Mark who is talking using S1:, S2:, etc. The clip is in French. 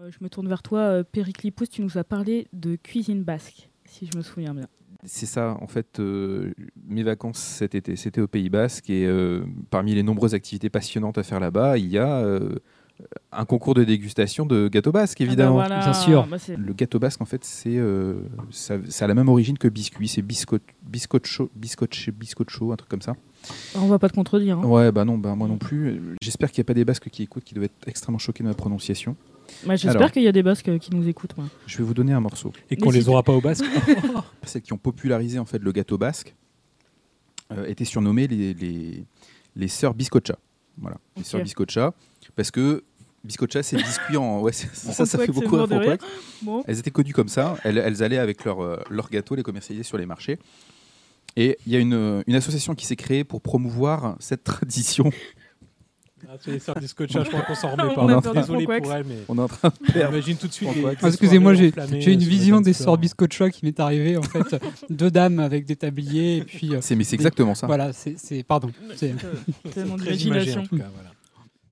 S1: Euh, je me tourne vers toi, euh, Périclipous, tu nous as parlé de cuisine basque, si je me souviens bien.
S2: C'est ça, en fait, euh, mes vacances cet été, c'était au Pays Basque et euh, parmi les nombreuses activités passionnantes à faire là-bas, il y a euh, un concours de dégustation de gâteau basque, évidemment.
S1: Ah bah voilà.
S3: Bien sûr.
S1: Bah, c'est-
S2: Le gâteau basque, en fait, c'est euh, ça, ça a la même origine que biscuit, c'est bisco- biscocho, biscoche- biscocho, un truc comme ça.
S1: On va pas te contredire. hein.
S2: Ouais, bah non, bah moi non plus. Euh, J'espère qu'il n'y a pas des Basques qui écoutent, qui doivent être extrêmement choqués de ma prononciation.
S1: Bah, J'espère
S2: Alors.
S1: qu'il y a des Basques euh, qui nous écoutent. Moi.
S2: Je vais vous donner un morceau.
S3: Et qu'on les aura pas au basque.
S2: Celles qui ont popularisé en fait le gâteau basque euh, étaient surnommées les, les, les sœurs Biscocha. Voilà, les
S1: Ok.
S2: sœurs Biscocha, parce que Biscocha c'est biscuit en. Ouais, c'est- ça,
S1: Franquois,
S2: ça, fait
S1: c'est
S2: beaucoup
S1: mort
S2: rire
S1: de
S2: Franquois.
S1: rire. Bon.
S2: Elles étaient connues comme ça. Elles, elles allaient avec leur, euh, leur gâteau les commercialiser sur les marchés. Et il y a une, euh, une association qui s'est créée pour promouvoir cette tradition.
S3: C'est les sœurs du scotch, je crois qu'on s'en remet
S1: On
S2: a
S3: pas.
S2: perdu
S3: Désolé
S1: Franquoix.
S3: pour elle, mais
S2: On est en train de perdre.
S3: j'imagine tout de suite.
S2: Franquoix.
S3: les- les euh,
S2: Ah,
S3: soirées
S4: Excusez-moi, j'ai
S3: enflammées
S4: j'ai une
S3: sur le
S4: vision des
S3: dance
S4: sorts
S3: floor.
S4: biscotchois qui m'est arrivée. En fait, deux dames avec des tabliers et puis euh,
S2: C'est- Mais c'est exactement ça.
S4: voilà, c'est c'est- pardon. C'est-
S1: C'est mon
S3: Très imagé, hein. en
S1: imagination.
S3: tout cas, voilà.